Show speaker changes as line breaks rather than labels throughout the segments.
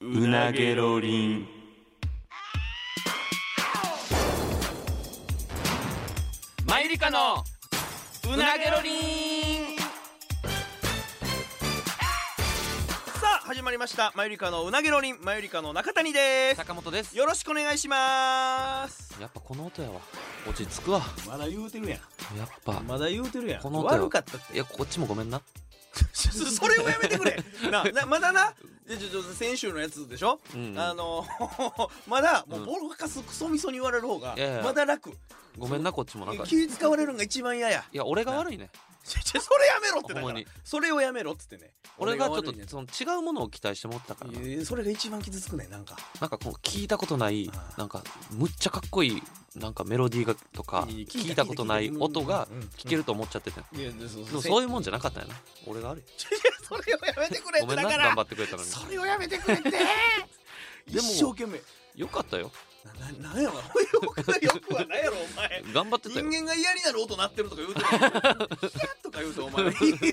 うなげろりんマユリカのうなげろりん
さあ始まりましたマユリカのうなげろりんマユリカの中谷です
坂本です
よろしくお願いします
やっぱこの音やわ落ち着くわ
まだ言うてるや
やっぱ
まだ言うてるやん
この音や
悪かったって
いやこっちもごめんな
それをやめてくれななまだなでちょちょ先週のやつでしょ、
うんうん
あの まだも
う
うんボロかすクソみそに言われる方が
いやいや
まだ楽
ごめんなこっちもなんかい
気使われるのが一番嫌や
や俺が悪いね
ちょちょそれやめろってだか
ほんま
ら
に
それをやめろっつってね
俺がちょっ
悪
と
いんや
その違うものを期待してもらったからない
やそれが一番傷つくねなんか
なんかこう聞いたことない
あー
なんかむっちゃかっこいいなんかメロディーがとか
いい聞いた
聞いたことない音が
うんうんうん
聞けると思っちゃってて
いやそう
でもそういうもんじゃなかったよね俺が悪い
いや それをやめてくれ
ご
っ
め
て
ん
だ
な
か
頑
ら
張ってくれたのに
それをやめてくれって 一生懸命
よかったよ
なななんやろなよくはないやろお前
頑張ってた
人
よ
間が嫌になる音鳴ってるとか言 うてるヒャッとか言うてお前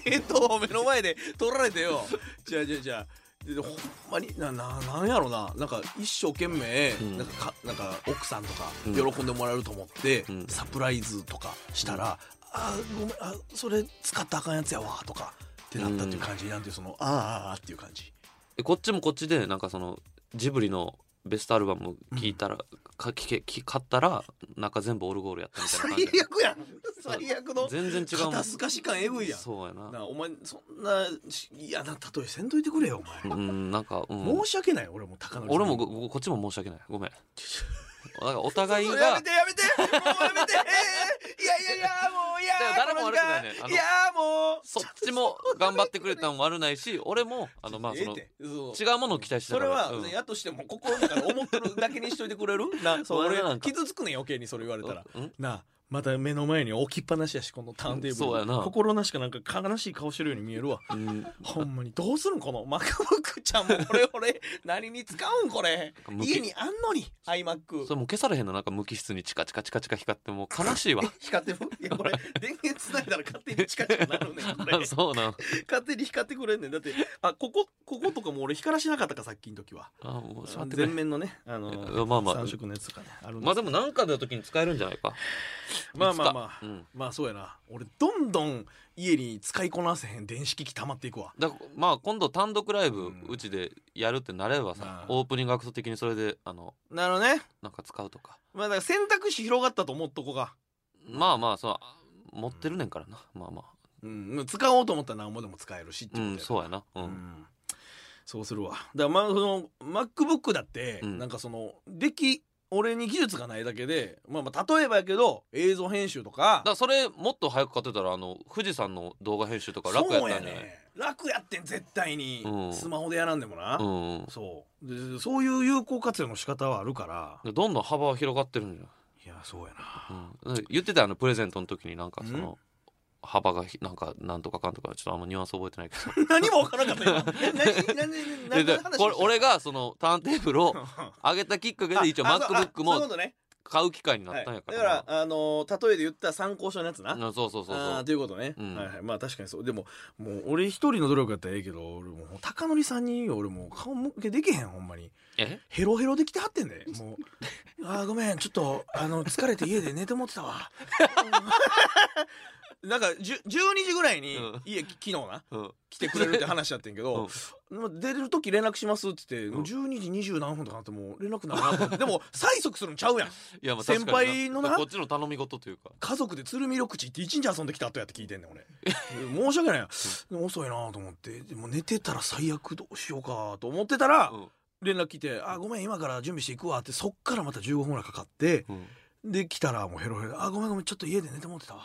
えっと目の前で取られてよじゃあじゃあじゃあでほんまになななんやろななんか一生懸命、
うん
なんかかなんか奥さんとか
うん
喜んでもらえると思って、
うん
サプライズとかしたら「あーごめんあそれ使ったらあかんやつやわ」とかってなったっていう感じ、なんていうその「あーあーあー」っていう感じ。
えこっちもこっちでなんかそのジブリのベストアルバム聞いたら、か聞け聞買ったら中全部オルゴールやったみたいな
最
感じ
悪やん最悪の
全然違うも
肩
ん
透かし感えぐいやん
そうやな
なあお前そんなし嫌な例えせんといてくれよお前、
うんなんか、うん、
申し訳ない俺も高野
俺もごごこっちも申し訳ないごめん だからお互い
そ
が
うやめてやめてもうやめていやいやいやもういや
でも誰も悪くないね
この時間い
あの
やもう
そっちも頑張ってくれたのも悪ないし俺もあのまあその
ええってそう
違うものを期待して
そ
たか
れ
ら
は、
うん
やとしても心から思ってるだけにしといてくれる なそう
俺な
俺
んか
傷つくねん余計にそれ言われたら
うん
なあまた目の前に置きっぱなしやしこのターンテーブル、
そうやな
心なしかなんか悲しい顔してるように見えるわ
うん
ほんまにどうするんこの MacBook ちゃんもこれ俺何に使うんこれ
むき
家にあんのに iMac
それもう消されへんのなんか無機質にチカチカチカチカ光ってもう悲し いわ
光ってるいやこれ電源つないだら勝手にチカチカなる ねんこれ勝
そうなん
手に光ってくれんねんだってあこここことかも俺光らしなかったかさっきの時は
あもう座ってくれ
全面のねあの
いやまあまあ
3色のやつとかねあるん
まあ
です
でも何かの時に使えるんじゃないか
まあまあま
いつか
あ
うん
まあそうやな俺どんどん家に使いこなせへん電子機器溜まっていくわ
だからまあ今度単独ライ
う
ブ
ん
うちでやるってなればさ
ああ
オープニングアクト的にそれであの
なるほどね
なんか使うとか
まあだから選択肢広がったと思っとこが
まあまあそのあ持ってるねんからなまあまあ
うん使おうと思ったら何もでも使えるしって
う
ことや
んそうやなう
うんんそうするわだからまあその MacBook だって、
うん
なんかそのでき俺に技術がないだけでまあまあ例えばやけど映像編集とか
だからそれもっと早く買ってたらあの富士山の動画編集とか楽や
そう
った
や
んじゃない
ね楽やってん絶対に、
うん
スマホでやらんでもな、
うんうん
そうでそういう有効活用の仕方はあるから
でどんどん幅は広がってるんじ
いやそうやな
ゃん、うん、だから言ってたよあのプレゼントの時になんかそ
うん
の幅がひなんかなんとかかんとかちょっとあんまニュアンス覚えてないけ ど
何もわからなかった今え何何何何
で
の
で
話
これ俺がそのターンテーブルを
あ
上げたきっかけで一応
あそうあ
MacBook
そういうこ
も
とね
買う機会にな
は
っ
い
たんや
だ
か
かららあの例えで言った参考書のやつな
うんそうそうそうそ
ああー
う
ということね、
うん
はいはいまあ確かにそうでももう俺一人の努力やったらええけど俺もう高典さんに俺もう顔向けできへんほんまに
え
ヘロヘロできてはってんでも うあーごめんちょっとあの疲れて家で寝てもってたわなんかじゅ12時ぐらいに
うん
家、き昨日な
うん
来てくれるって話やってんけど、まあ出る時連絡しますって言って、
うん
12時20何分とかなってもう連絡なくな ってでも催促するんちゃうやん
いやまあ
先輩
確かに
のな
こっちの頼み事というか
家族で鶴見緑地行って一日遊んできた後やって聞いてんねん俺 申し訳ないやでも遅いなと思ってでも寝てたら最悪どうしようかと思ってたら
うん
連絡来て「あごめん今から準備していくわ」ってそっからまた15分ぐらいかかって
うん
で来たらもうヘロヘロ「あごめんごめんちょっと家で寝てもって たわ」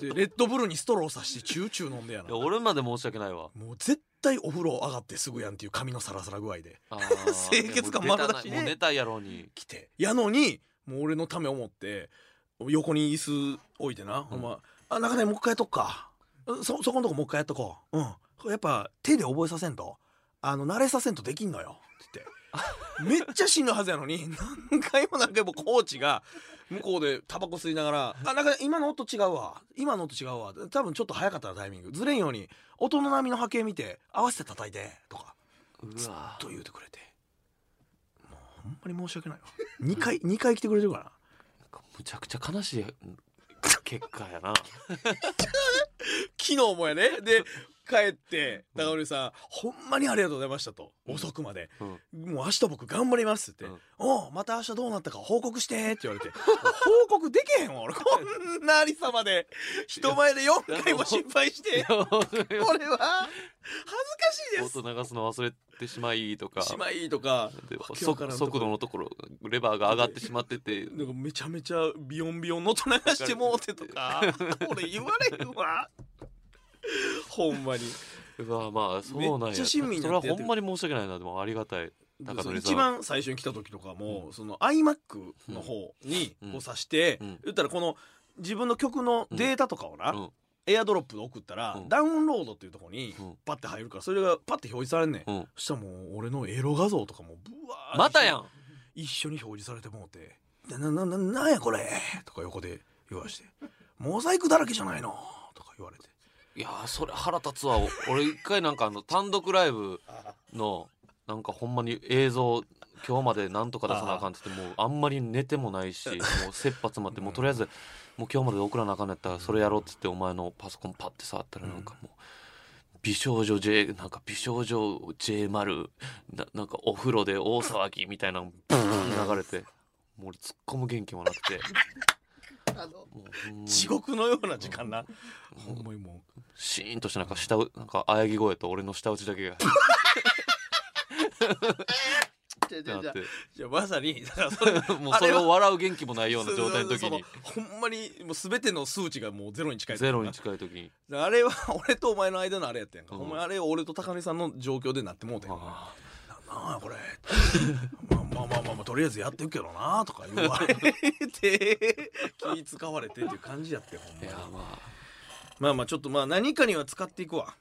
でレッドブルにストローさしてチューチュー飲んでやない
や俺まで申し訳ないわ
もう絶対お風呂上がってすぐやんっていう髪のサラサラ具合で
あー
清潔感丸出しね
もう寝たいやろうに
来てやのにもう俺のため思って横に椅子置いてな、ほんま「あ中谷もう一回やっとくかうんそそこのとこもう一回やっとこううんこれやっぱ手で覚えさせんとあの慣れさせんとできんのよ」って言ってめっちゃしんどいはずやのに何回も何回もコーチが向こうでタバコ吸いながら「あなんか今の音違うわ今の音違うわ多分ちょっと早かったなタイミングずれんように音の波の波形見て合わせて叩いて」とか。
うわ
と言うてくれてもうほんまに申し訳ないわ2回 二回来てくれてるから
むちゃくちゃ悲しい結果 やな
昨日もやね で帰って高森さん「ほんまにありがとうございました」と「
うん
遅くまで
うん
もう明日僕頑張ります」って
うん
「おうまた明日どうなったか報告して」って言われて 報告できへんわ俺こんなありさまで人前で4回も心配して俺は恥ずかしいです
音流すの忘れてしまいとか
しまいとか
で
わけわからんと
速
こ
速度のところレバーが上がってしまってて
なんかめちゃめちゃビヨンビヨンの音流してもうてとか俺言われへんわほんまに
うわまあそうなんや
めっちゃ親身に
そ
な
れ
っ
は
てやってる
ほんまに申し訳ないなでもありがたい高
そ
取
の
さん
一番最初に来た時とかも、その iMac の方に
うん
こう挿して、
うん
言ったらこの自分の曲のデータとかをな、
うん
エアドロップで送ったら、
うん
ダウンロードっていうところに
うん
パッて入るからそれがパッて表示されんねん、
うん
そしたらもう俺のエロ画像とかもブワー
またや
ん
ん
一緒に表示されてもうて「なななななんやこれ」とか横で言わして「モザイクだらけじゃないの」とか言われて
いやーそれ腹立つわお俺一回なんかあの単独ライブのなんかほんまに映像今日までなんとか出さなあかんって言ってもうあんまり寝てもないしもう切羽詰まってもうとりあえずもう今日まで送らなあかんのやったらそれやろうっつってお前のパソコンパッて触ったらなんかもう。美少女 J なんか美少女 J 丸ななんかお風呂で大騒ぎみたいなのブーン流れてもう俺突っ込む元気もなく てもうほんまに
地獄のような時間な、ほんまにもう
シーンとしてなんか下うなんか喘ぎ声と俺の舌打ちだけがってなって
じゃあまさにだからそれ
もう
あ
そ
れ
れ
は
を笑う元気もないような状態の時
そ
に
そのほんまにもう全ての数値がもうゼロに近い
ゼロに近い時に
あれは俺とお前の間のあれやったやんか、
うん
お前あれは俺と高見さんの状況でなってもうてんな
あ
あこれまあまあまあまあ、まあ、とりあえずやってるけどなとか言われて気使われてっていう感じやってほん
あい
ま
や
に
ま
まあまあちょっとまあ何かには使っていくわ
あ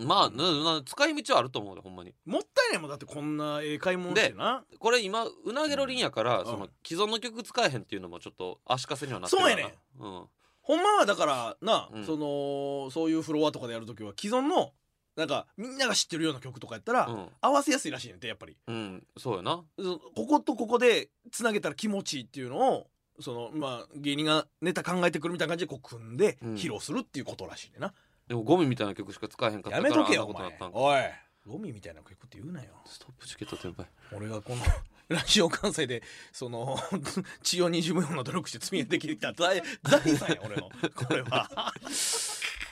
まあなな使い道はあると思うでほんまに
もったいないもんだってこんなええ買い物してな
これ今うなげろりんやから、
うん
その既存の曲使えへんっていうのもちょっと足かせにはなってる
そうやね
ん、うん、
ほんまはだからな、
うん
そのそういうフロアとかでやるときは既存のなんかみんなが知ってるような曲とかやったら、
うん
合わせやすいらしいねんてやっぱり
うん、そうやな
そこことここでつなげたら気持ちいいっていうのをそのまあ芸人がネタ考えてくるみたいな感じでこう組んで
うん
披露するっていうことらしいねんな、
でもゴミみたいな曲しか使えへんかった
や
から
めとけよ
あん
お前
なことになったんか
おいロミみたいな曲って言うなよ
ストップチケット転売
俺がこの ラジオ関西でその 血を滲むような努力して積み上げてきた財財産や俺のこれは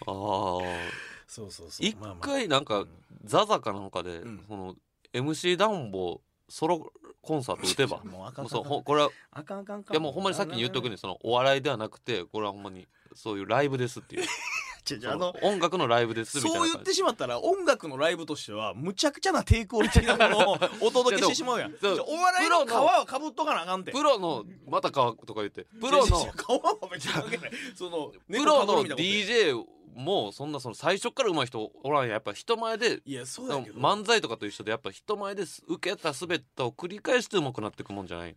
ああ
そうそうそう
一
まあまあ
回なん
う
か
ん
ザザかなんかで、
うん
その MC ダンボソロコンサート打てば
もうあかんあかん
もうそう
あかん
ほこれは
あかんあかんあか
いやもうほんまにさっき言っとくねそのお笑いではなくてこれはほんまにそういうライブですっ ていう
違う違う
そ
あの
の音楽のライブですみたいな
そう
感じ
言ってしまったら音楽のライブとしてはむちゃくちゃな低クオリティなものをお届けしてしまうやん
そう
じゃあお笑いの皮はかぶっとかなあかんて
プロのまたかとか 言ってプロ
いやい
の
や皮は別に関係ないその
プロ
猫被る
の
みたいなことや
DJ もそんなその最初から上手い人おらんやんやっぱ人前で
いやそうだけど、
漫才とかと一緒でやっぱ人前で受けた滑ったを繰り返して上手くなってくもんじゃない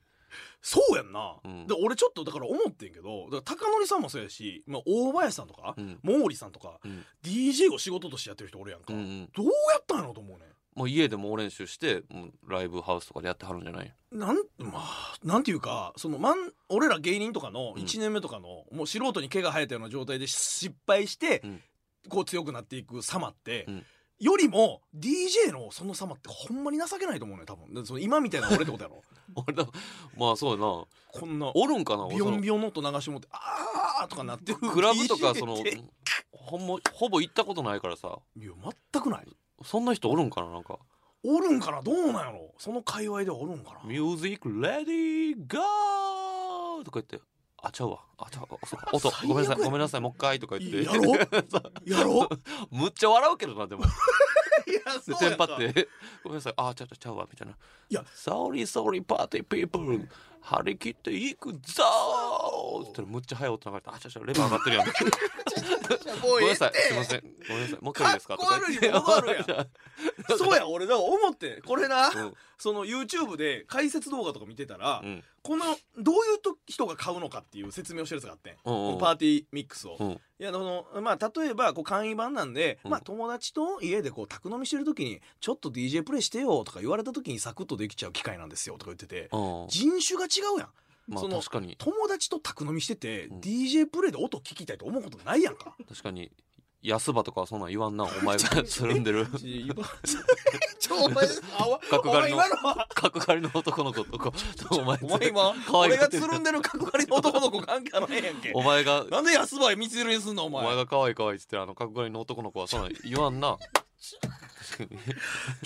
そうやんな、
うん
で俺ちょっとだから思ってんけどだから高典さんもそうやし、まあ、大林さんとか、
うん
毛利さんとか
うん
DJ を仕事としてやってる人おるやんか、
うんうん
どうやったんやろうと思うね
もう家で猛練習してもうライブハウスとかでやってはるんじゃない
なんまあなんていうかそのまん俺ら芸人とかの
うん
1年目とかの、もう素人に毛が生えたような状態で失敗して、
うん
こう強くなっていく様って、
うん
よりも DJ のその様ってほんまに情けないと思うね多分でその今みたいな俺ってことやろ
俺だまあそうやな
こんな
おるんかな
ビヨンビヨンの音流してもってあーとかなってる
そのクラブとかその
DJ って
ほんまほぼ行ったことないからさ
いや全くない
そんな人おるんかななんか
おるんかなどうなんやろその界隈ではおるんかな
「ミュージックレディーゴー!」とか言って「あちゃうわあちゃうわそうか音
最悪や
ごめんなさいごめんなさいもう一回」とか言って
やろ やろ
むっちゃ笑うけどなで も
いや
でテ ンパって「ごめんなさいあちゃうちゃうちゃうわ」みたいな「
いや
Sorry sorry party people 張り切っていくぞーって言ったらむっちゃ早い音流れてあちゃちゃレバー上がってるやん
も
ご
う
め
ええ
んな
っ
さい
て
すいませんごめんなさいもう一回いいですか
かっこ悪いにも程あ るやそうや俺だから思ってこれな、
うん
その YouTube で解説動画とか見てたら、
うん
このどういうと人が買うのかっていう説明をしてるやつがあってん
うんうん
パーティーミックスを、
うん
いやあのまあ例えばこう簡易版なんで、
うん
まあ友達と家でこう宅飲みしてる時にちょっと DJ プレイしてよとか言われた時にサクッとできちゃう機械なんですよとか言ってて
うん
人種が違うやん
まあ
その
確かに
友達と宅飲みしてて、
うん
DJ プレイで音聞きたいと思うことないやん か
確かに安場とかはそんなん言 わんなお前がつるんでる
ちょお前あわ
角刈りの
お前今のは
角刈りの男の子とか お前
お前今
可愛
俺
が
が
って
つ
る
るんでる角刈りの男の子関係ないやんけ
お前が
なんで安場へ見つるにすんのお
お
前
前が可愛い可愛いっつってあの角刈りの男の子はそんなん言わんな
ち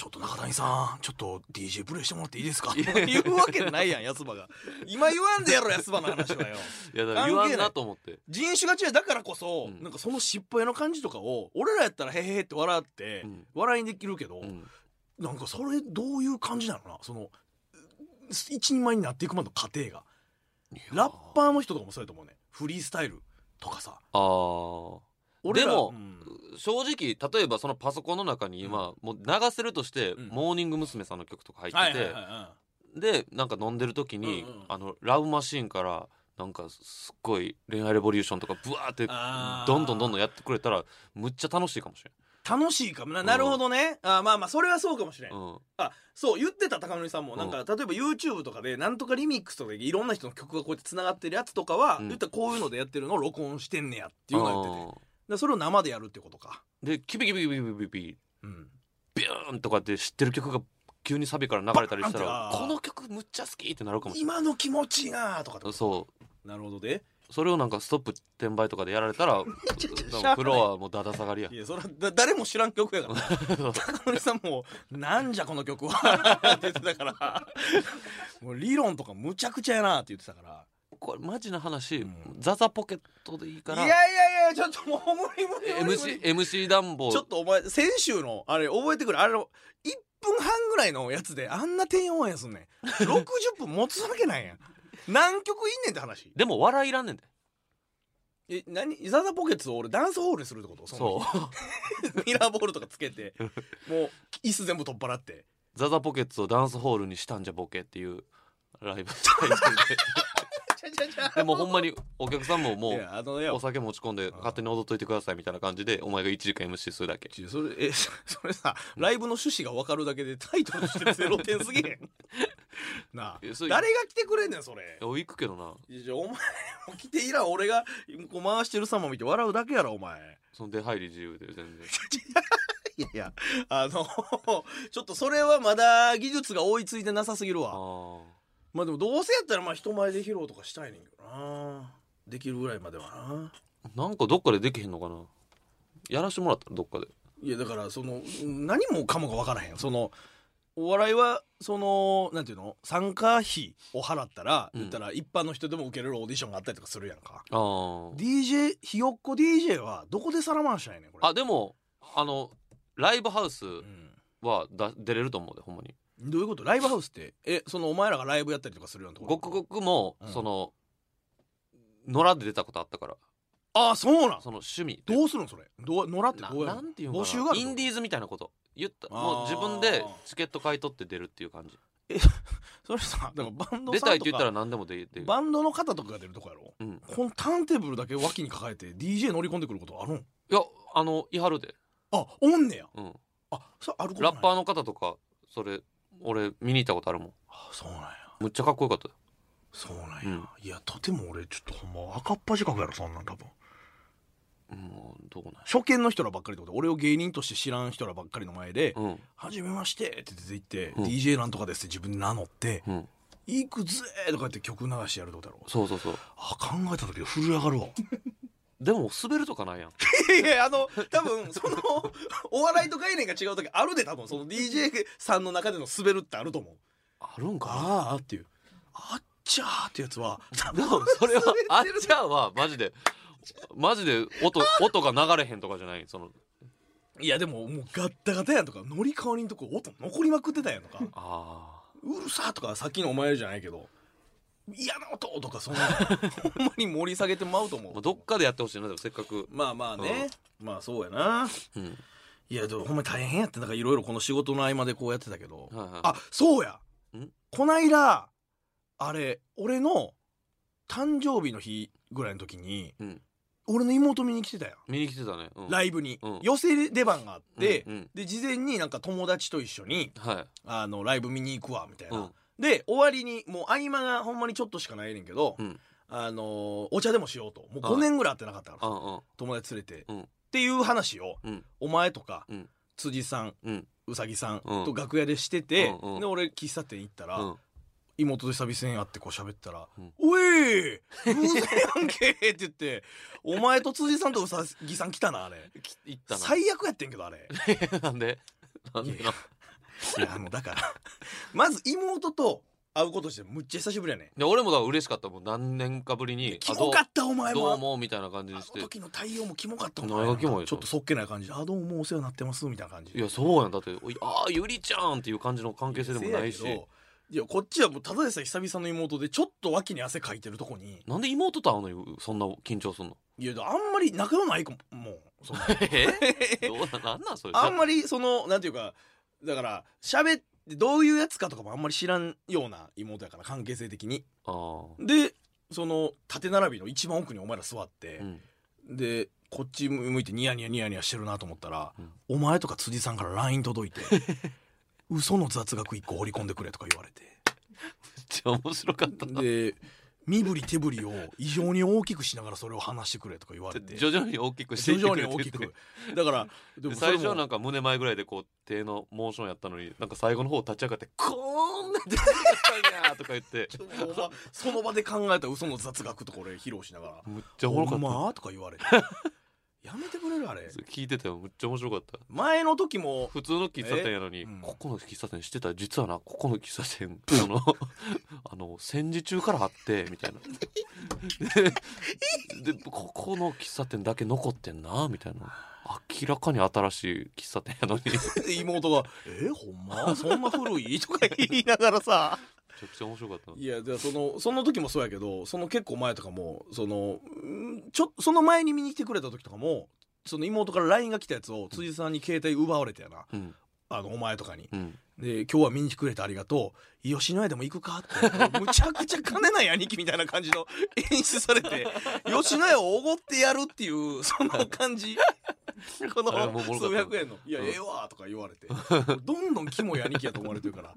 ょっと中谷さんちょっと DJ プレイしてもらっていいですか言うわけないやん安場が今言わんでやろ安場の話はよ
いやだから言わんなと思って
人種が違いだからこそ、
うん
なんかその失敗の感じとかを俺らやったらへへへって笑って、
うん
笑いにできるけど、
うん
なんかそれどういう感じなのかなその一人前になっていくまでの過程がラッパーの人とかもそうやと思うねフリースタイルとかさ
あー
俺ら
で
う
も
ん
正直例えばそのパソコンの中に今、もう流せるとして、
うん
モーニング娘。さんの曲とか入ってて、
はいはいはいは
でなんか飲んでる時に、
うんうん
あのラブマシーンからなんかすっごい恋愛レボリューションとかブワーって
あー
どんどんどんどんやってくれたらむっちゃ楽しいかもし
い楽しいかもななるほどね、あまあまあそれはそうかもしれん
れん、うん、
あそう言ってた高森さんもなんか、例えば YouTube とかでなんとかリミックスとかでいろんな人の曲がこうやってつながってるやつとかは、
うん
言ったらこういうのでやってるのを録音してんねやっていうのを言っててだからそれを生でやるってことか、
てでキビキビキビキビキビビ
うん、
ビューンとかって知ってる曲が急にサビから流れたりした
バーンっ
ら
てあー
この曲むっちゃ好きってなるかもしれ
今の気持ちいいなーとかって
な
こ
い
と
そう
なるほどで
それをなんかストップ転売とかでやられた ら多分フロアもだだ下がりや
いやそれはだ誰も知らん曲やから高森さんも「なんじゃこの曲は」って言ってたからもう理論とかむちゃくちゃやなって言ってたから
これマジな話、
うん
ザザポケットでいいか
い
ら
やいやいやちょっともう無理無理無理無理
MC, MC 暖房
ちょっとお前先週のあれ覚えてくれあれの1分半ぐらいのやつであんな点応援すんねん60分持つわけないやん何曲いんねんって話
でも笑いいらんねんで
え何ザザポケッツを俺ダンスホールにするってこと
そう
うミラーボールとかつけてもう椅子全部取っ払って
ザザポケッツをダンスホールにしたんじゃボケっていうライブスタイル ででもほんまにお客さんもも
いうやあのね
お酒持ち込んで勝手に踊っといてくださいみたいな感じでお前が1時間 MC するだけ
ちょそれえそ それさライブの趣旨が分かるだけでタイトルとしてゼロ点すぎへん なあ
えそれ
誰が来てくれんねんそれ
お行くけどない
やじゃあお前も来ていらん俺がこう回してる様見て笑うだけやろお前
その出入り自由で 全然
いやいやあの ちょっとそれはまだ技術が追いついてなさすぎる
あ
わ
ー
まあでもどうせやったらまあ人前で披露とかしたいねんけどなできるぐらいまではな
なんかどっかでできへんのかなやらしてもらったらどっかで
いやだからその何もかもが分からへんそのお笑いはそのなんていうの参加費を払ったら、
うん
言ったら一般の人でも受けれるオーディションがあったりとかするやんか
あー
DJ ひよっこ DJ はどこでサラマンしたんやねんこれ
あでもあのライブハウス
うん
はだ出れると思うでほんまに
どういうことライブハウスってえそのお前らがライブやったりとかするようなところ
ごくごくも、
うん
その野良で出たことあったから
ああそうなん
その趣味
どうするのそれどう野良って
な
どうや
な
るの
んていうの
募集
か
があ
な
る
インディ
ー
ーズみたいなこと言った
あー
もう自分でチケット買い取って出るっていう感じ
それさだからバンド
出
さ
たい
ん
って
と
言った
から
何でも出てる
バンドの方とかが出るとこやろ
うん
このターンテーブルだけ脇に抱えて DJ 乗り込んでくることあるん
いやあのいはるで、
あおんねや
うん、
あそれあることな
ラ
い
ッパーの方とかそれ俺見に行ったことあるもん
あそうなんや
むっちゃかっこよかったよ
そうなんや、いやとても俺ちょっとほんま赤っ恥かくやろそんなん多分
もうどうな
初見の人らばっかりってこと俺を芸人として知らん人らばっかりの前で
んうん
「はじめまして」って出て行って「
うん
DJ なんとかです」って自分で名乗って
うん
「いくぜ!」とか言って曲流してやるってことやろ
そうそうそう
あ考えた時震え上が るわ
でも滑るとかないやん
いやいやあの 多分そのお笑いと概念が違う時あるで多分その DJ さんの中での滑るってあると思う
あるんか
ああっていうあっちゃーってやつ は
なでもそれはあっ
滑ってる
ちゃんはマジでマジで音音が流れへんとかじゃないその
いやでももうガッタガタやんとかノリ代わりのとこ音残りまくってたやんとか
あ
うるさーとかさっきのお前じゃないけど嫌な音とかそんな ほんまに盛り下げてまうと思
まあ
う
どっかでやってほしいなでもせっかく、
まあまあね、まあそうやな
うん、
いやでもほんまに大変やってなんかいろいろこの仕事の合間でこうやってたけど、
はいはい
あそうや
ん
こないだあれ俺の誕生日の日ぐらいの時に、
うん
俺の妹見に来てたやん
見に来てたね、うん、
ライブに、
うん
寄せ出番があって、
うんうん
で事前になんか友達と一緒に
はい
あのライブ見に行くわみたいな、
うん
で終わりにもう合間がほんまにちょっとしかないねんけど、
うん
あのーお茶でもしようともう
はい
5年ぐらい会ってなかったから、
あうん
友達連れて、
うん
っていう話を、
うん
お前とか、
うん
辻さん
うん
うさぎさん
うん
と楽屋でしてて、
うんうん
で俺喫茶店行ったら、
うん
妹と久々に会ってこう喋ったら
うん
「おい偶然やんけ!」って言って「お前と辻さんとうさぎさん来たなあ れ
き行ったな
最悪やってんけどあれ」
なんでなんで
い
な
やいやあのだから まず妹と会うことしてむっちゃ久しぶりやねん
で俺もだから嬉しかったもう何年かぶりに
キモかったお
あ
前
どうど
も
うもみたいな感じ
あ
に
の
して
時の対応もキモかったお前
何がキモいの
ちょっとそっけない感じで「あどうもお世話になってます」みたいな感じ
いやそうやんだっておいああゆりちゃんっていう感じの関係性でもないし
せやけどいやこっちはもうただでさえ久々の妹でちょっと脇に汗かいてるとこに
なんで妹と会うのにそんな緊張すんの
いやあんまり仲良ないかも もう そんな
えどうななんなんそれ
あんまりそのなんていうかだから喋ってどういうやつかとかもあんまり知らんような妹やから関係性的に
あー
でその縦並びの一番奥にお前ら座って
う、ん
でこっち向いてニヤニヤニヤニヤしてるなと思ったら、
うん
お前とか辻さんから LINE 届 いて嘘の雑学一個放り込んでくれとか言われて
じゃあ面白かったな
で身振り手振りを異常に大きくしながらそれを話してくれとか言われて
徐々に大きくしてい
徐
って
々
く
に
れて
大きくだからで
で
もそれ
最
も
初はなんか胸前ぐらいでこう手のモーションやったのになんか最後の方立ち上がって「こんな出てきたんや」とか言って
ちょっとお前その場で考えた嘘の雑学とか俺披露しながら
むっち
「
ゃおもろか
ほん
っ
ま?」とか言われて やめてくれるあれ
た聞いてたよむっちゃ面白かった
前の時も
普通の喫茶店やのに、
えうん
ここの喫茶店してた実はなここの喫茶店あの あの戦時中からあってみたいなででここの喫茶店だけ残ってんなみたいな明らかに新しい喫茶店やのにめち
妹が「えほんまそんな古い?」とか言いながらさ
ゃくちゃ面白かったない
やでそのその時もそうやけどその結構前とかもそのんちょその前に見に来てくれた時とかもその妹から LINE が来たやつを辻さんに携帯奪われたやな
うん
あのお前とかに
うん
で今日は見に来てくれてありがとう吉野家でも行くかってむちゃくちゃ金ない兄貴みたいな感じの演出されて吉野家をおごってやるっていうその感じこの
あれもおもろかっ
数
た
百円の「いや
うん
ええわ」とか言われてどんどんキモい兄貴やと思われてるから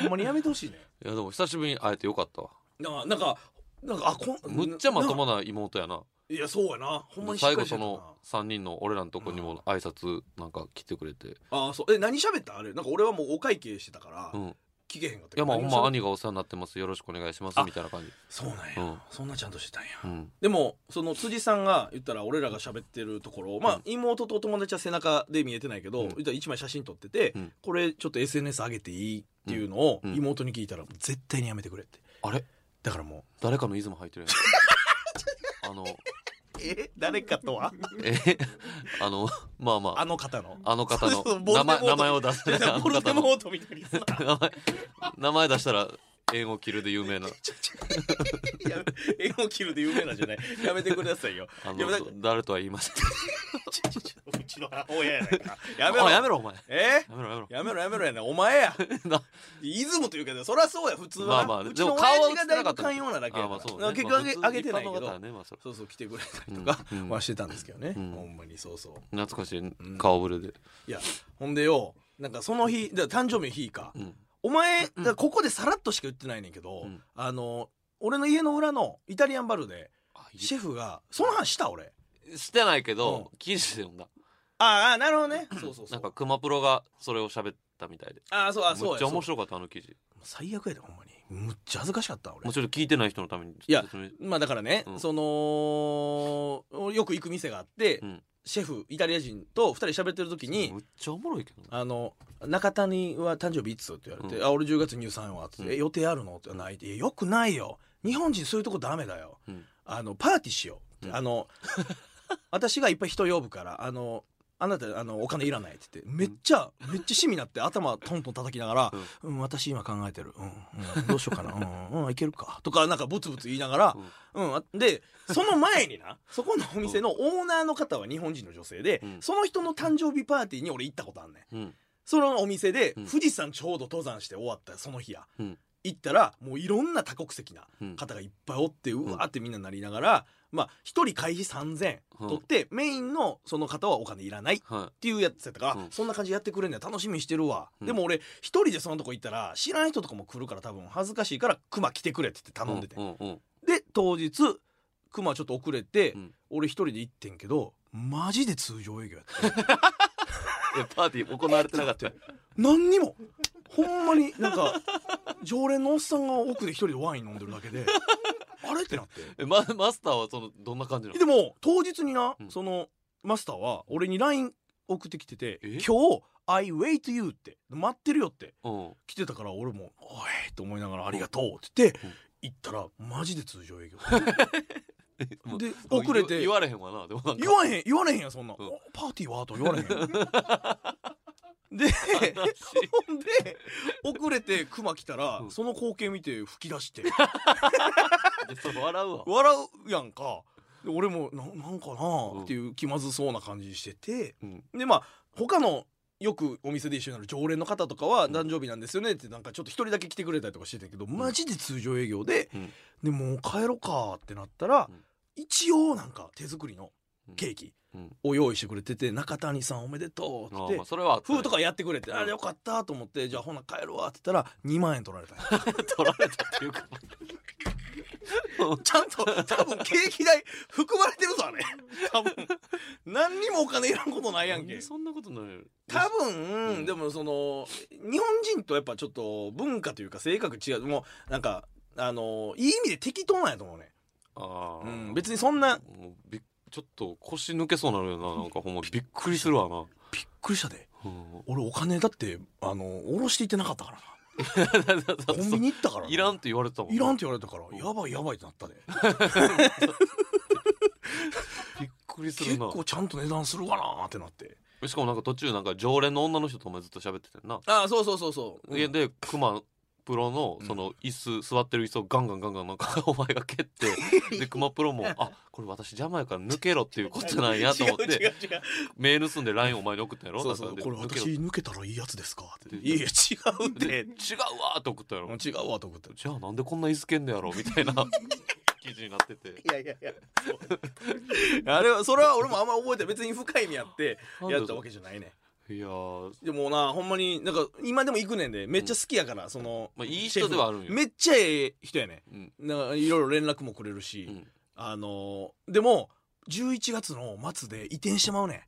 ほんまにやめてほしいね
いやでも久しぶりに会えてよかったわ
だからなんかなんかあこん
むっちゃまとも
な
な妹やない
やそうやなほんまにしっ
最
か
後
りしてる
そ
な
の3人の俺らのとこにも挨拶なんか来てくれて
あそうえ何喋ったあれなんか俺はもうお会計してたから、
うん
聞けへんかった
いやまあほんま
に
兄がお世話になってますよろしくお願いします
あ
みたいな感じ
そうなんや、
うん
そんなちゃんとしてたんや
うん
でもその辻さんが言ったら俺らが喋ってるところをま
う
あ
ん
妹と友達は背中で見えてないけど、
うん
言ったら1枚写真撮ってて、
うん
これちょっと SNS 上げていいっていうのを
うん
妹に聞いたら絶対にやめてくれって
あれ
だからも
誰かのイズム入ってる やんあの
うえ誰かとは
えあのまあま
あ
あ
の方の
あの方の
そうそうボル
名
デモー
前
ト
名前を出すね
だか
あ
ら
の
ボルデ
方
モ
の
ートみたいにさ
名前名前出したら縁を切るで有 名な
ちょちょいや縁を切るで有名なんじゃないやめてくださいよ
あ
いや
の
なんか
誰とは言いません
ちょちょちょうちの母親やないかやめろ
あやめろ お前
え
やめろやめろ
やめろやめろやなお前や
な
イズムというかそりゃそうや普通はな、
まあまあ
うちの
でも顔は
親父がだいぶ
映ってなかった
寛容なだけや
あ
か
ま
ら
あそう
なんか結
ね
局あげ,、
まあ
げてないけ
一般の方
ど
はねまあそれ
そうそう来てくれたりとか
うんうん
はしてたんですけどね、
うん
ほんまにそうそう
懐かし
う
い
ん
顔ぶれで
いやほんでよなんかその日だから誕生日の日か、
うん
お前だからここでさらっとしか言ってないねんけど、
うん
あの俺の家の裏のイタリアンバルで
あ
シェフがその話した俺
してないけど
う
記事で読んだ
ああなるほどねそうそうそう
なんか熊プロがそれを喋ったみたいで
ああそうあそう
めっちゃ面
い
白かったあの記事
最悪やでほんまにむっちゃ恥ずかしかった俺
もうちょっと聞いてない人のために
いや
説明
まあだからね、
うん
そのよく行く店があって、
うん
シェフイタリア人と2人喋ってる時に
むっちゃおもろいけど
「
な
あの中谷は誕生日いつ?」って言われて「
うん
あ俺10月23は」って、
うん
え予定あるの?」って言わないって「いやよくないよ日本人そういうとこダメだよ
うん
あのパーティーしよう」って、
うん
あの私がいっぱい人呼ぶからあのあなたあのお金いらない」って言ってめっちゃ、めっちゃ趣味になって頭トントン叩きながら「うん、私今考えてる、うんうん、どうしようかな、うんうん、いけるか」とかなんかブツブツ言いながら、うんあでその前になそこのお店のオーナーの方は日本人の女性で、
うん
その人の誕生日パーティーに俺行ったことあんねん
うん
そのお店で、
うん
富士山ちょうど登山して終わったその日や、
うん
行ったらもういろんな多国籍な
うん
方がいっぱいおってうわーってみんななりながら、まあ一人会費3,000
うん
取って、メインのその方はお金いらないっ
は
ていうやつやったから、
うん
そんな感じでやってくれるの楽しみにしてるわ、
うん
でも俺一人でそのとこ行ったら知らん人とかも来るから多分恥ずかしいからクマ来てくれって言って
い
頼んでて、
うんうん
で当日クマちょっと遅れて、
うん
俺一人で行ってんけどマジで通常営業やった
えパーティー行われてなか った
何にもほんまになんか常連のおっさんが奥で一人でワイン飲んでるだけで あれってなって
えママスターはそのどんな感じなの
でも当日にな、
うん
そのマスターは俺に LINE 送ってきてて「
え
今日 I wait you」って「待ってるよ」って
うん
来てたから俺も「おい」と思いながら「ありがとう」って言って
うん
行ったらマジで通常 営業
まあ
で遅れて
言われへんわなでもなんか
言わへん言われへんやんそんな、
うん
おパーティーはと言わ れへんでほんで遅れてクマ来たら、
うん
その光景見て吹き出 して
でそれ笑う わ
笑うやんかで俺もななんかなあっていう気まずそうな感じしてて
うん
でまあ他のよくお店で一緒になる常連の方とかは
うん
誕生日なんですよねってなんかちょっと一人だけ来てくれたりとかしてたけどマジで通常営業で、
うん
でもう帰ろうかってなったら、
うん
一応なんか手作りのケーキ
うん
を用意してくれてて「中谷さんおめでとう」
あ
っ
あ
て
まあそれはあったね
フーとかやってくれて「
うん
あれよかった」と思って「じゃあほな帰るわ」って言ったら2万円取られたんや
取られたっていう か
ちゃんと多分ケーキ代含まれてるぞあれ多分何にもお金いらんことないやん
な
け
でそんなことになれる
多分、
うん
でもその日本人とやっぱちょっと文化というか性格違うもうなんかあのいい意味で適当なんやと思うね、
あ
う
あ、
ん、別にそんな
もうびっちょっと腰抜けそうなるよななんかほんまびっくりするわな、
びっくりしたで
うん、
俺お金だってあの下ろしていってなかったからなコンビニ行ったからない
らんって言われてたもんない
らんって言われたからやばいやばいってなったで
びっくりす
結
るな
構ちゃんと値段するかなってなって
しかもなんか途中なんか常連の女の人ともずっと喋っててんな、
ああそうそうそうそう、
ででクマプロの
うん
その椅子、座ってる椅子をガンガンガンガンなんかお前が蹴ってでクマプロも「あこれ私邪魔やから抜けろ」っていうことなんやと思っ
違う違
て
う違う
メール盗んで LINE お前に送ったんやろ
そうそう
なんか
これ
で抜け
私
ろ
抜けたらいいやつですかって
って
いやいや違う
で
で
違うわーって送ったんやろ
違うわと思って
じゃあなんでこんな椅子蹴んねやろみたいな記事になってて
いやいやいや あれはそれは俺もあんま覚えてない別に深い意味あってやったわけじゃないね
いやー
でもなほんまになんか今でも行くねんでめっちゃ好きやから、その、
まあいい人ではあるん
シェフ
よ
めっちゃええ人やね
うん
なんかいろいろ連絡もくれるし、
うん
あのーでも11月の末で移転してまうねん
あ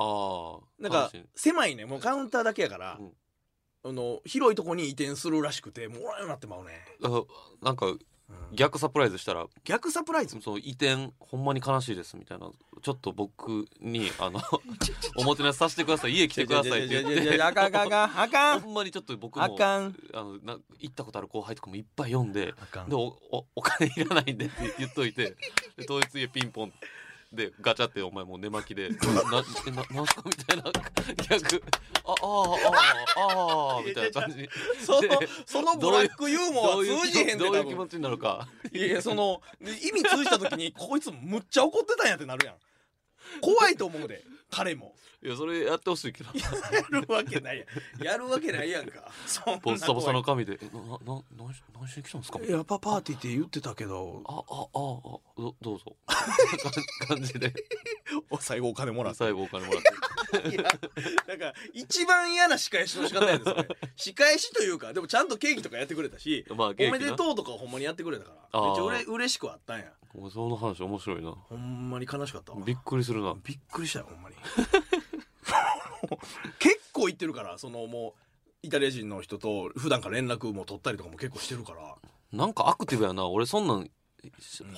あ
なんか狭いねもうカウンターだけやから、
うん
あの広いとこに移転するらしくてもうおらんようになってまうね、
なんか
うん
逆サプライズしたら
逆サプライズ
その移転ほんまに悲しいですみたいなちょっと僕にあのおもてなしさせてください家来てくださいって言って
あかんあかんあかんあかん
ほんまにちょっと僕も
あかん
あのな行ったことある後輩とかもいっぱい読んで
あか
でおおお金いらないんでって言っといてで統一家ピンポンでガチャってお前もう寝巻きで「なえななんすか?」みたいな逆「ああああああ」みたいな感じ
その
で
そのブラックユーモアは通じへんで
どういう
多
気
分
持ちになるか
いやいやそので意味通じた時にこいつむっちゃ怒ってたんやってなるやん怖いと思うで彼も
いやそれやってほしいけど
やるわけないやんやるわけないやんかそんな
ボッサボサの
怖
髪で「えななな何し何しに来たんですか?」み
い
たいな
やっぱパーティーって言ってたけど
ああああどど うぞ感じで
お最後お金もらって
最後お金もらって
いやなんか一番嫌な仕返しの仕方やです ね仕返しというかでもちゃんとケーキとかやってくれたし
まあ
お
ケー
め
キな
でとうとかほんまにやってくれたから
あー
めっちゃうれ嬉しくはあったんや
お前その話面白いな
ほんまに悲しかったわ
びっくりするな
びっくりしたよほんまに 結構行ってるからそのもうイタリア人の人と普段から連絡も取ったりとかも結構してるから
なんかアクティブやな俺そんなん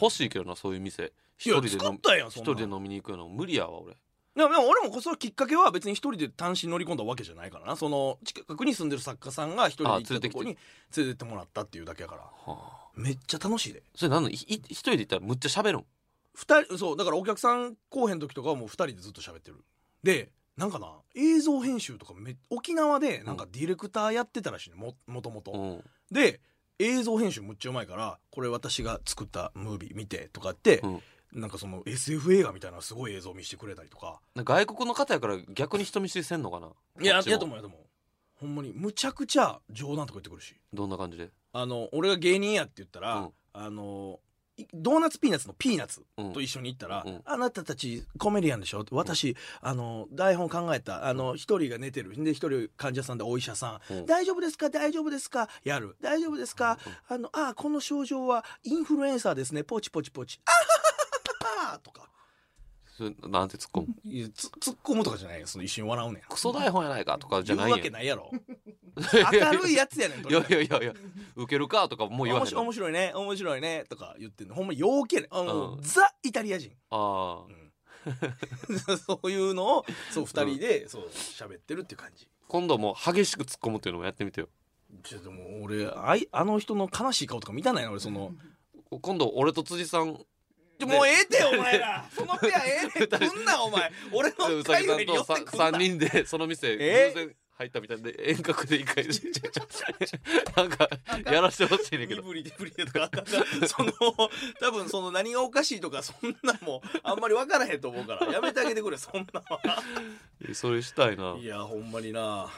欲しいけどなそういう店
い
一
や
人で
作
飲
っ
み
たやんそ
一
んな
人で飲みに行くような無理やわ俺
でもでも俺もそのきっかけは別に一人で単身乗り込んだわけじゃないからなその近くに住んでる作家さんが一人で行ったとこに連れてってもらったっていうだけやから
はあ
めっちゃ楽しいで
それなんのいい一人で行ったらむっちゃ喋るん
二人そうだからお客さん後編の時とかはもう二人でずっと喋ってるでなんかな映像編集とかめ沖縄でなんかディレクターやってたらしいのももともと、
うん
で映像編集むっちゃうまいからこれ私が作ったムービー見てとかって、
うん
なんかその SF 映画みたいなすごい映像見せてくれたりとか
なんか外国の方やから逆に人見知りせんのかなこっちも
思うやと思うほんまにむちゃくちゃ冗談とか言ってくるし
どんな感じで
あの俺が芸人やって言ったら、
うん
あのいドーナツピーナッツのピーナッツ
うん
と一緒に行ったら「
うん
あなたたちコメディアンでしょ?」って私、あの台本考えたあの一人が寝てるで一人患者さんでお医者さん
うん
大丈夫ですか大丈夫ですかやる大丈夫ですか、あのあこの症状はインフルエンサーですねポチポチポチあはははははとか
それなんて突っ込む
いやつ突っ込むとかじゃないよその一瞬笑うねん
クソ台本やないかとかじゃ ないん
言
や
うわけないやろ
いや
明るいやつやねんと
い
に
や
かく
いやいやいやウケるかとかもう言わへ
面
ん
白い面白いね面白いねとか言ってんのほんま陽気やねんあの、
うん
ザイタリア人、
あ
う
あ
ん そういうのをそう二人で、そう喋ってるっていう感じ
今度もう激しく突っ込むっていうのもやってみてよ
ちょっともう俺あいあの人の悲しい顔とか見たないな俺その
今度俺と辻さん
ちょもうええてお前らそのペアえ えねん来んなお前俺の
うさ
海
ぎさん
外に寄
と
って
さ
くんな
三人でその店偶
え
然入ったみたいで遠隔で一回なんかやらしてほしいねんけ
身
ど
振り手振りでとかあったらその多分その何がおかしいとかそんなもうあんまり分からへんと思うからやめてあげてくれそんなは
それしたいな、
いやほんまにな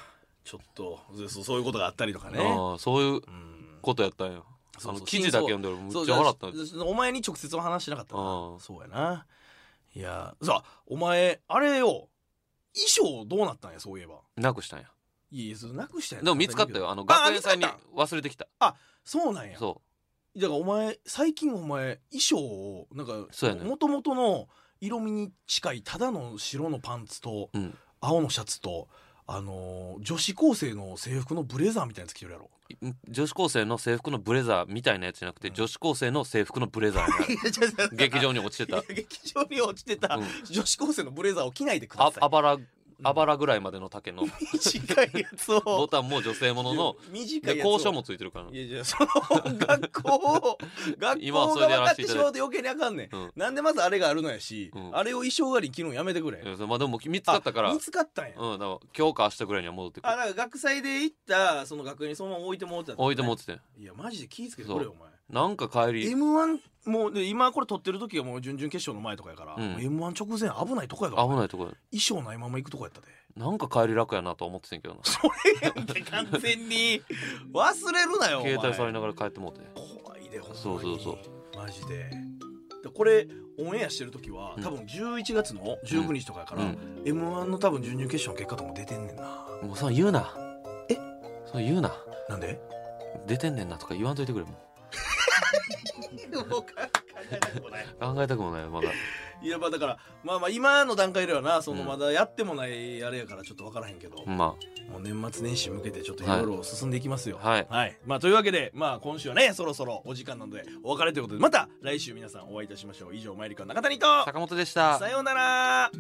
ちょっとそうそういうことがあったりとかね
ああそういう
うん
ことやったんや
そうそう
あの記事だけ読んで俺むっちゃ笑ったんです
そうお前に直接は話してなかったな
あー
そうやないやさあお前あれよ衣装どうなったんやそういえば
なくしたんや
いやそれなくしたやん
でも見つかったよあの
あ
学園祭に
見つかっ
忘れてきた
そうなんや
そ
だからお前最近お前衣装をなんか
そうやね
もともとの色味に近いただの白のパンツと
ううん
青のシャツと、あのー女子高生の制服のブレザーみたいなやつ着てるやろ
女子高生の制服のブレザーみたいなやつじゃなくて、
うん
女子高生の制服のブレザーやな劇場に落ち て
いや
た、
劇場に落ちてた、
うん
女子高生のブレザーを着ないでくだ
あ
さい
あばらあばらぐらいまでの丈の
短いやつを
ボタンも女性ものの
短い
で
やつを
校章もついてるからない
やいやその学校を学
今は
校
それ
が
でや
分からっ
せて
て
いた
し
だ
ま
いう
と余計にあかんねん、
うん
なんでまずあれがあるのやし、
うん
あれを衣装代わりに着るのやめてくれ、
いやそうまあでも見つか
あ
ったから
見つかったんや、
うんだから今日か明日ぐらいには戻ってく
あ
る
なんか学祭で行ったその学園にそのまま置いてもらってたんだね
置いて持ってて
いやマジで気ぃつけてくれよお前
なんか帰り
m 1もうで今これ撮ってる時はもう準々決勝の前とかやから、
うん
m 1直前危ないとこやから
危
衣
ないとこ
装ないまま行くとこやったで
なんか帰り楽やなとは思っててんけどな
完全に忘れるなよお前
携帯されながら帰ってもうて
怖いでほんまに
そうそうそ
マジででこれオンエアしてる時は
うん
多分11月の19日とかやから、
うん
m 1の多分準々決勝の結果とかも出てんねんな
もうそんなん言うな
え
そんなん言うな
なんで
出てんねんなとか言わんといてくれも
もう考えたくもないう
考えたくもないまだ
いやまあだからまあまあ今の段階ではなその
うん
まだやってもないあれやからちょっと分からへんけど、
ま
もう年末年始向けてちょっといろいろ進んでいきますよ
あはい
はい、まあというわけでまあ今週はねそろそろお時間なのでお別れということでまた来週皆さんお会いいたしましょう以上マイリカの中谷と
坂本でした
さようなら